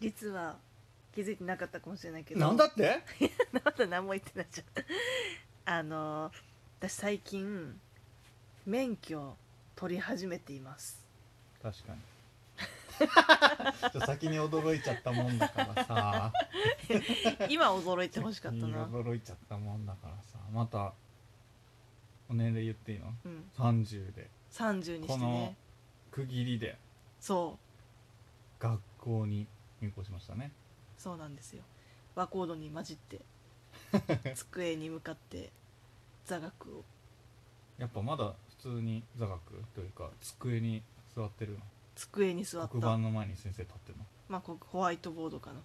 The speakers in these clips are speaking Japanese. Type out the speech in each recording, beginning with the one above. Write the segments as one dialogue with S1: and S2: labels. S1: 実は気づいてなかったかもしれないけど
S2: なんだって
S1: まだ何も言ってないじゃん あの私最近免許を取り始めています
S2: 確かにちょ先に驚いちゃったもんだからさ
S1: 今驚いてほしかった
S2: 先に
S1: な、
S2: 驚いちゃったもんだからさまたお年齢言っていいの
S1: うん、
S2: 30で
S1: 30にして
S2: この
S1: ね
S2: 区切りで
S1: そう
S2: 学校に入校しましたね
S1: そうなんですよ和コードに混じって 机に向かって座学を
S2: やっぱまだ普通に座学というか机に座ってる
S1: 机に座
S2: の
S1: っ
S2: 黒板
S1: た、
S2: の前に先生立ってるの
S1: まあ、こホワイトボードかな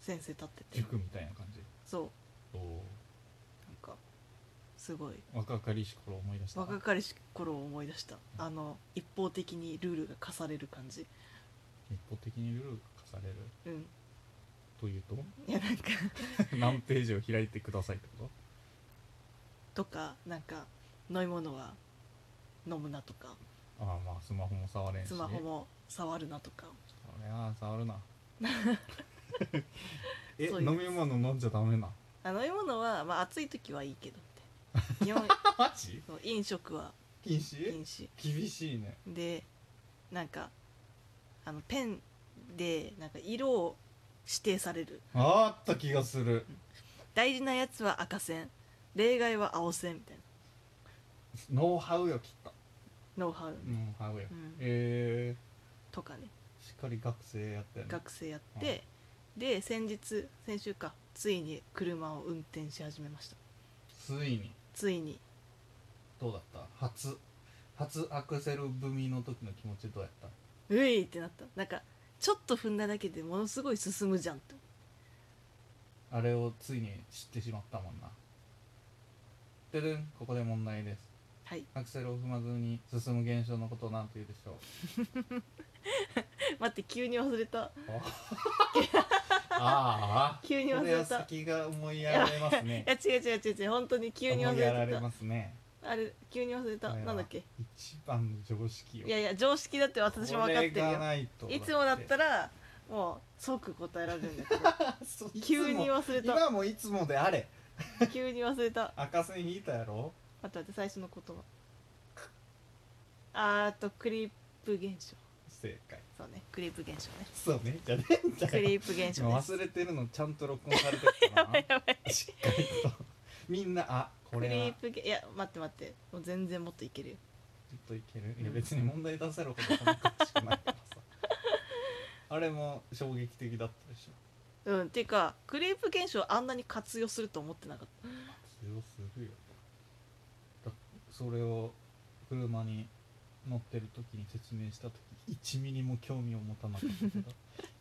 S1: 先生立ってて
S2: 塾みたいな感じ
S1: そう
S2: おお
S1: なんかすごい
S2: 若かりし頃思い出した
S1: 若かりし頃を思い出したあの一方的にルールが課される感じ
S2: 一方的にルールが課される
S1: うん
S2: というと
S1: いやなんか
S2: 何ページを開いてくださいってこと
S1: とかなんか飲み物は飲むなとか
S2: ああまあスマホも触れんし
S1: スマホも触るなとか
S2: そりゃあ触 るなえ
S1: そういう
S2: 飲み物飲んじゃダメ な
S1: あ飲み物は、まあ、暑い時はいいけどって基本
S2: マジ
S1: そう飲食は
S2: 禁止
S1: 禁止
S2: 厳しいね
S1: でなんかあのペンでなんか色を指定される
S2: あった気がする
S1: 大事なやつは赤線例外は青線みたい
S2: ノウハウよきっと
S1: なノウハウ
S2: ノウハウよ、
S1: うん
S2: え
S1: とかね
S2: ー、しっかり学生やったよね
S1: 学生やって、で先日先週かついに車を運転し始めました
S2: ついに
S1: ついに
S2: どうだった初初アクセル踏みの時の気持ちどうやった
S1: ういってなったなんかちょっと踏んだだけでものすごい進むじゃんと
S2: あれをついに知ってしまったもんなでるんここで問題です
S1: はい
S2: アクセルを踏まずに進む現象のことを何と言うでしょう
S1: 待って急に忘れた
S2: ああ
S1: 急に忘
S2: これは
S1: れたい
S2: 先が思いやられま すね
S1: や違う違う違う違う本当に急に忘
S2: 思いやら
S1: れて
S2: れ
S1: た
S2: ますね
S1: あれ急に忘れた
S2: これは
S1: なんだっけ
S2: 一番の常識よ
S1: いやいや常識だって私も分かってる
S2: これが
S1: よ
S2: ないと
S1: いつもだった
S2: ら
S1: らもう即答えられるんだ けど急に忘れた
S2: 今もいつもであれ
S1: 急に忘れた
S2: 赤線引いたやろ
S1: 待って待って最初の言葉あーっとクリープ現象
S2: 正解
S1: そうねクリープ現象ね
S2: そうねじゃねえんだよ
S1: クリープ現象
S2: 今
S1: です
S2: 忘れてるのちゃんと録音されてる か
S1: やばい
S2: なしっかりとみんなあこ
S1: ク
S2: れ
S1: リ
S2: は
S1: ープげいや待って待ってもう全然もっといけるよ
S2: ちょっといけるいや
S1: うん
S2: 別に問題出せるほどそんなことしかない からさあれも衝撃的だったでしょ
S1: うんっていうかクリープ現象あんなに活用すると思ってなかった
S2: 強するよだそれを車に乗ってる時に説明した時1ミリも興味を持たなか ったけど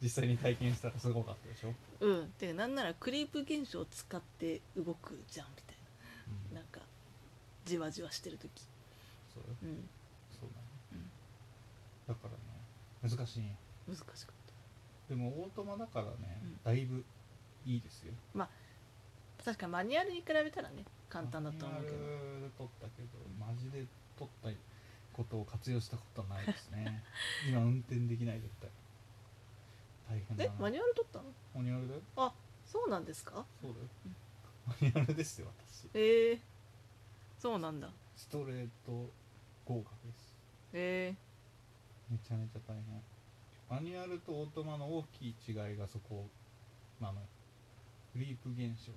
S2: 実際に体験したらすごかったでしょ、うん
S1: うんてかなんならクリープ現象を使って動くじゃんみたいななんかじわじわしてる時
S2: そう
S1: うん
S2: そうだ
S1: う
S2: ね
S1: ん、
S2: だからね難しいんよ
S1: 難しかった
S2: でもオートマだからね、
S1: うん
S2: だいぶいいですよ
S1: 確かにマニュアルに比べたらね簡単だと思うけど
S2: マニュアルで撮ったけどマジで撮ったことを活用したことはないですね今運転できない絶対大変だ
S1: え
S2: な
S1: マニュアル取ったの
S2: マニュアルだよ
S1: そうなんですか
S2: そうだよ
S1: うん
S2: マニュアルですよ私
S1: ええそうなんだ
S2: ストレート合格です
S1: え
S2: めちゃめちゃ大変マニュアルとオートマの大きい違いがそこなのよクリープ現象、
S1: え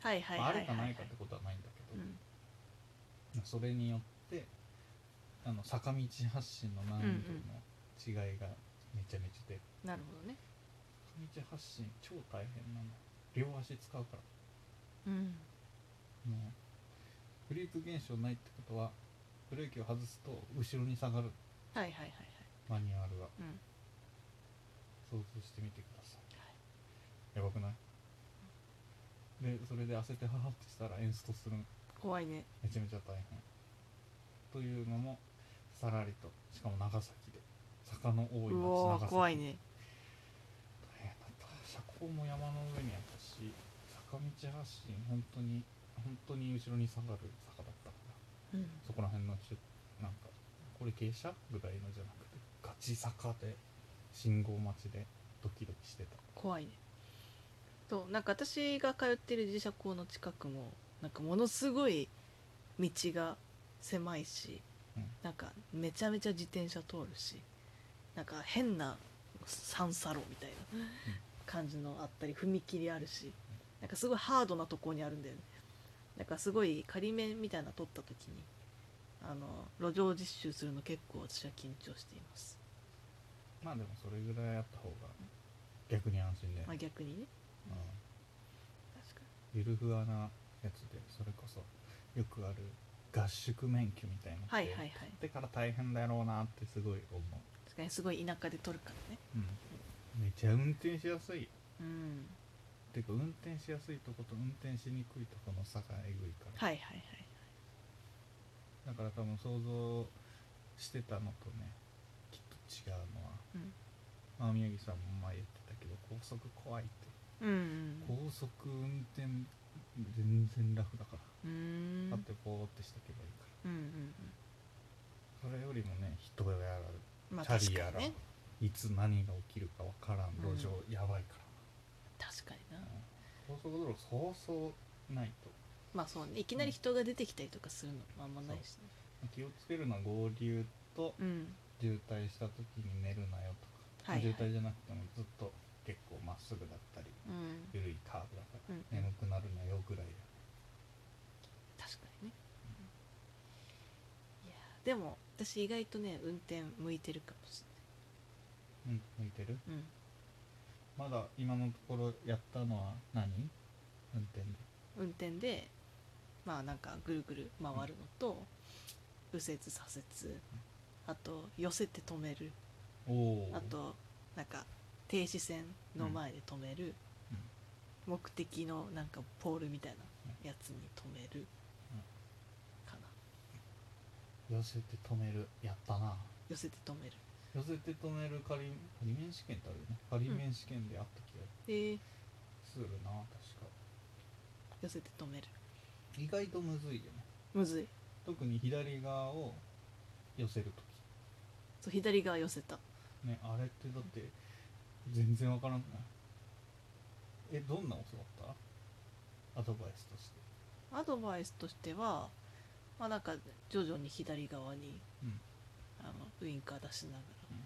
S1: はいはいはいはい、はい
S2: まあ、あるかないかってことはないんだけど、
S1: うん
S2: それによってあの坂道発進の難易度の違いがめちゃめちゃ出る、
S1: なるほどね
S2: 坂道発進超大変なの両足使うから
S1: うん
S2: もうフリープ現象ないってことはブレーキを外すと後ろに下がる
S1: はいはいはいはい
S2: マニュアルが
S1: うん
S2: 想像してみてくださいやばくないでそれで焦ってハハってしたらエンストする
S1: 怖いね
S2: めちゃめちゃ大変というのもさらりとしかも長崎で坂の多いう町
S1: お
S2: 長
S1: ー
S2: 崎
S1: 怖いね
S2: 大変だった車高も山の上にあったし坂道発進本当に本当に後ろに下がる坂だったから
S1: うん
S2: そこら辺のちゅなんかこれ傾斜ぐらいのじゃなくてガチ坂で信号待ちでドキドキしてた
S1: 怖いねそうなんか私が通ってる自社校の近くもなんかものすごい道が狭いし、
S2: うん
S1: なんかめちゃめちゃ自転車通るしなんか変な三差路みたいな感じのあったり踏切あるしなんかすごいハードなとこにあるんだよねなんかすごい仮面みたいなの取った時にあの路上実習するの結構私は緊張しています、
S2: まあでもそれぐらいあった方が逆に安心で、
S1: まあ、逆にね
S2: うん
S1: 確かに
S2: ゆるふわなやつでそれこそよくある合宿免許みたいなのって
S1: はいはいはい
S2: 取ってから大変だろうなってすごい思う、
S1: 確かにすごい田舎で取るからね
S2: うん、めちゃ運転しやすい
S1: うん
S2: てか運転しやすいとこと運転しにくいとこの差がえぐいから、
S1: はいはいはい
S2: だから多分想像してたのとねきっと違うのは、
S1: うん
S2: まあ、宮城さんも前言ってたけど高速怖いって
S1: うんうん
S2: 高速運転全然楽だから、
S1: うーん
S2: あってぼーってしてけばいいから
S1: うんうんうん
S2: それよりもね人やら
S1: まあ
S2: チャ
S1: 確
S2: リや、
S1: からにね
S2: いつ何が起きるかわからん
S1: うん
S2: 路上、やばいか
S1: 確かに
S2: ら、
S1: な
S2: 高速道路そうそうないと
S1: まあそうねいきなり人が出てきたりとかするのもあんまないしね
S2: 気をつけるのは合流と
S1: うん
S2: 渋滞した時に寝るなよとか、
S1: はいはい
S2: 渋滞じゃなくてもずっと結構まっすぐだったり
S1: うん
S2: 緩いカーブだか
S1: う
S2: ら、
S1: ん
S2: 眠くなるなよぐらい
S1: 確かにねいやでも私意外とね運転向いてるかもし
S2: やうん向いてる
S1: れないうん
S2: まだ今のところやったのは何運転で
S1: 運転でまあなんかぐるぐる回るのと右折左折あと寄せて止める
S2: おお
S1: あとなんか停止線の前で止める、
S2: うん
S1: 目的のなんかポールみたいなやつに止める、
S2: うん
S1: かな
S2: 寄せて止めるやったな
S1: 寄せて止める
S2: 寄せて止める仮仮面試験ってあるよね仮面試験であった気が
S1: です
S2: るな、確か
S1: 寄せて止める
S2: 意外とむずいよね
S1: むずい
S2: 特に左側を寄せると
S1: そう左側寄せた
S2: きねあれってだって全然わからんくないえどんな教わったアドバイスとして
S1: アドバイスとしてはまあなんか徐々に左側に、
S2: うん
S1: あのウインカー出しながら
S2: うん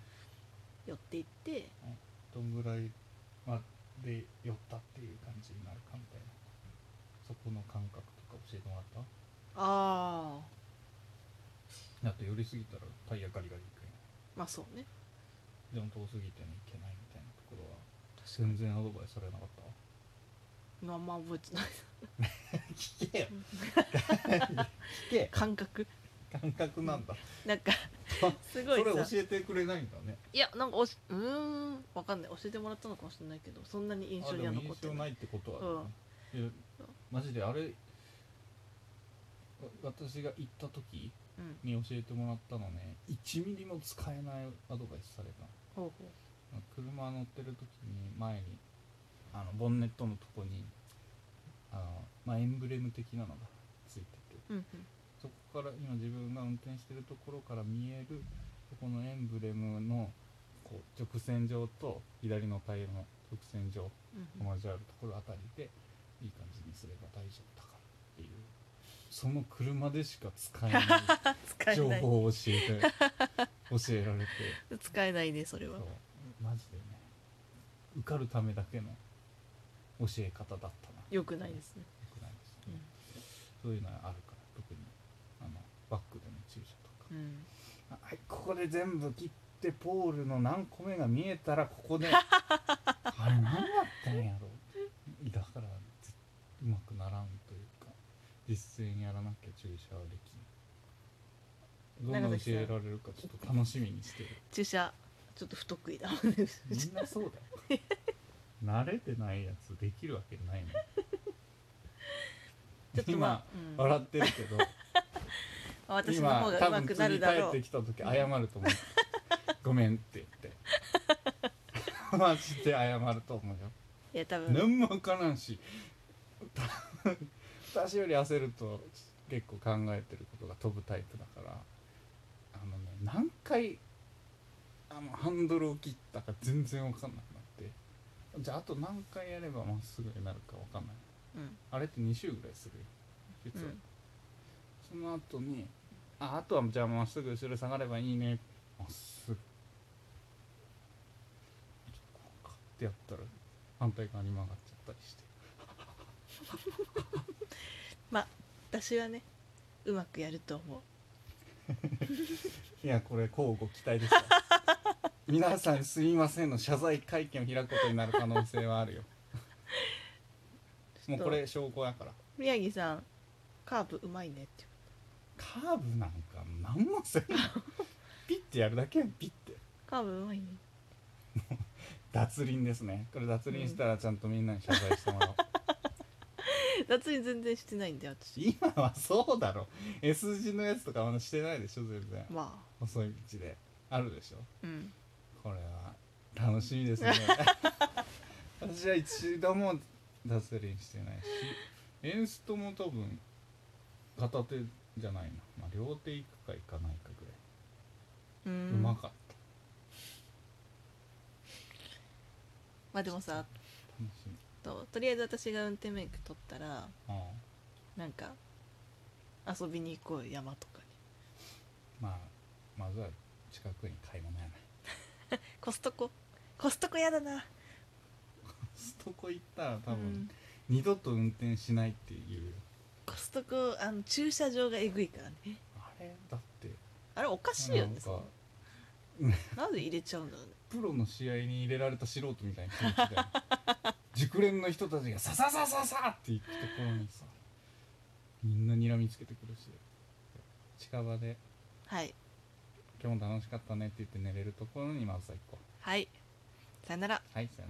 S1: 寄っていって
S2: どんぐらいまで寄ったっていう感じになるかみたいなそこの感覚とか教えてもらった
S1: ああ
S2: だって寄りすぎたらタイヤガリガリいくよ
S1: まあそうね
S2: でも遠すぎてもいけないみたいなところは全然アドバイスされなかった
S1: まあんま覚えてない
S2: 聞けよ聞け
S1: 感覚
S2: 感覚な んだ
S1: なんかすごい
S2: それ
S1: さ
S2: 教えてくれないんだね
S1: いやなんかおしうーんわかんない教えてもらったのかもしれないけどそんなに印象
S2: あ
S1: に
S2: で
S1: は
S2: も
S1: 残
S2: 印
S1: って
S2: 象
S1: な
S2: ないいってことはあるね、いやマジであれわ私が行った時
S1: うん
S2: に教えてもらったのね1ミリも使えないアドバイスされた
S1: ほうほ
S2: の車乗ってる時に前にあのボンネットのとこにあの、まあ、エンブレム的なのがついてて
S1: ううん
S2: そこから今自分が運転してるところから見えるここのエンブレムのこう直線上と左のタイヤの直線上
S1: うんうん
S2: 交わるところあたりでいい感じにすれば大丈夫だからっていうその車でしか使えな
S1: あ使
S2: い
S1: え
S2: 情
S1: ない
S2: 報を教えて教えられて
S1: 使えないねそれ
S2: そう
S1: は
S2: マジでね受かるためだけの教え方だったなよ
S1: 良くないですね
S2: くないですね、そういうのはあるから特にあのバックでの駐車とか
S1: うん、うん、
S2: あはいここで全部切ってポールの何個目が見えたら ここであれ何だったんやろだからぜうまくならんというか実践やらなきゃ注射はできんどんな
S1: 長
S2: 教
S1: 崎さ
S2: え
S1: ん
S2: られるかちょっと楽しみにしてる
S1: 注射ちょっと不得意だもんね
S2: みんなそうだ よ慣れてないやつできるわけないの
S1: ちょっと
S2: 今
S1: まあ、うん
S2: 笑ってるけど
S1: 私の
S2: 今
S1: 方が
S2: 多
S1: 上
S2: 分
S1: 手く
S2: 次
S1: なるだろ
S2: 帰っ
S1: う
S2: てきた時謝ると思うごめんって 言ってマジで謝ると思うよ、
S1: いや多
S2: ん、
S1: 分
S2: 何も分からんした私より焦ると結構考えてることが飛ぶタイプだからあのね何回あのハンドルを切ったか全然分かんなくなってじゃああと何回やればまっすぐになるかわかんない
S1: うん
S2: あれって2週ぐらいするよ
S1: う
S2: 実は、
S1: ん
S2: その後にああとはじゃあまっすぐ後ろ下がればいいねまっすぐこうかってやったら反対側に曲がっちゃったりして
S1: 私はねうまくやると思う
S2: いやこれ交互期待ですよ 皆さんすいませんの謝罪会見を開くことになる可能性はあ るよもうこれ証拠やから
S1: 宮城さんカーブうまいねって
S2: カーブなんか何も せんピッてやるだけやんピッて
S1: カーブうまいね
S2: 脱輪ですねこれ脱輪したらちゃんとみんなに謝罪してもらおう、
S1: 夏に全然してないんだよ私
S2: 今はそうだろ S 字のやつとかあんましてないでしょ全然
S1: ま
S2: 細い道であるでしょ
S1: あうん
S2: これは楽しみですね私は一度も脱輪してないしエンストも多分片手じゃないな、まあ、両手いくかいかないかぐらい、
S1: う
S2: うんまかった
S1: まあでもさ
S2: 楽しみ
S1: ととりあえず私が運転免許取ったら
S2: ああ
S1: なんか遊びに行こうよ山とかに
S2: まあまずは近くに買い物やな
S1: コストココストコやだな
S2: ストコ行ったら多
S1: う
S2: 分
S1: ん
S2: 二度と運転しないっていう
S1: コストコあの駐車場がえぐいからね
S2: あれだって
S1: あれおかしいよね
S2: なん
S1: そ
S2: か
S1: うなんで入れちゃうんだろうね
S2: プロの試合に入れられた素人みたいな気持ちで熟練の人たちが「さささささ!」って行くところにさみんな睨みつけてくるし近場で
S1: はい
S2: 「今日も楽しかったね」って言って寝れるところにまずは行こ
S1: はいさよなら
S2: うはいさよなら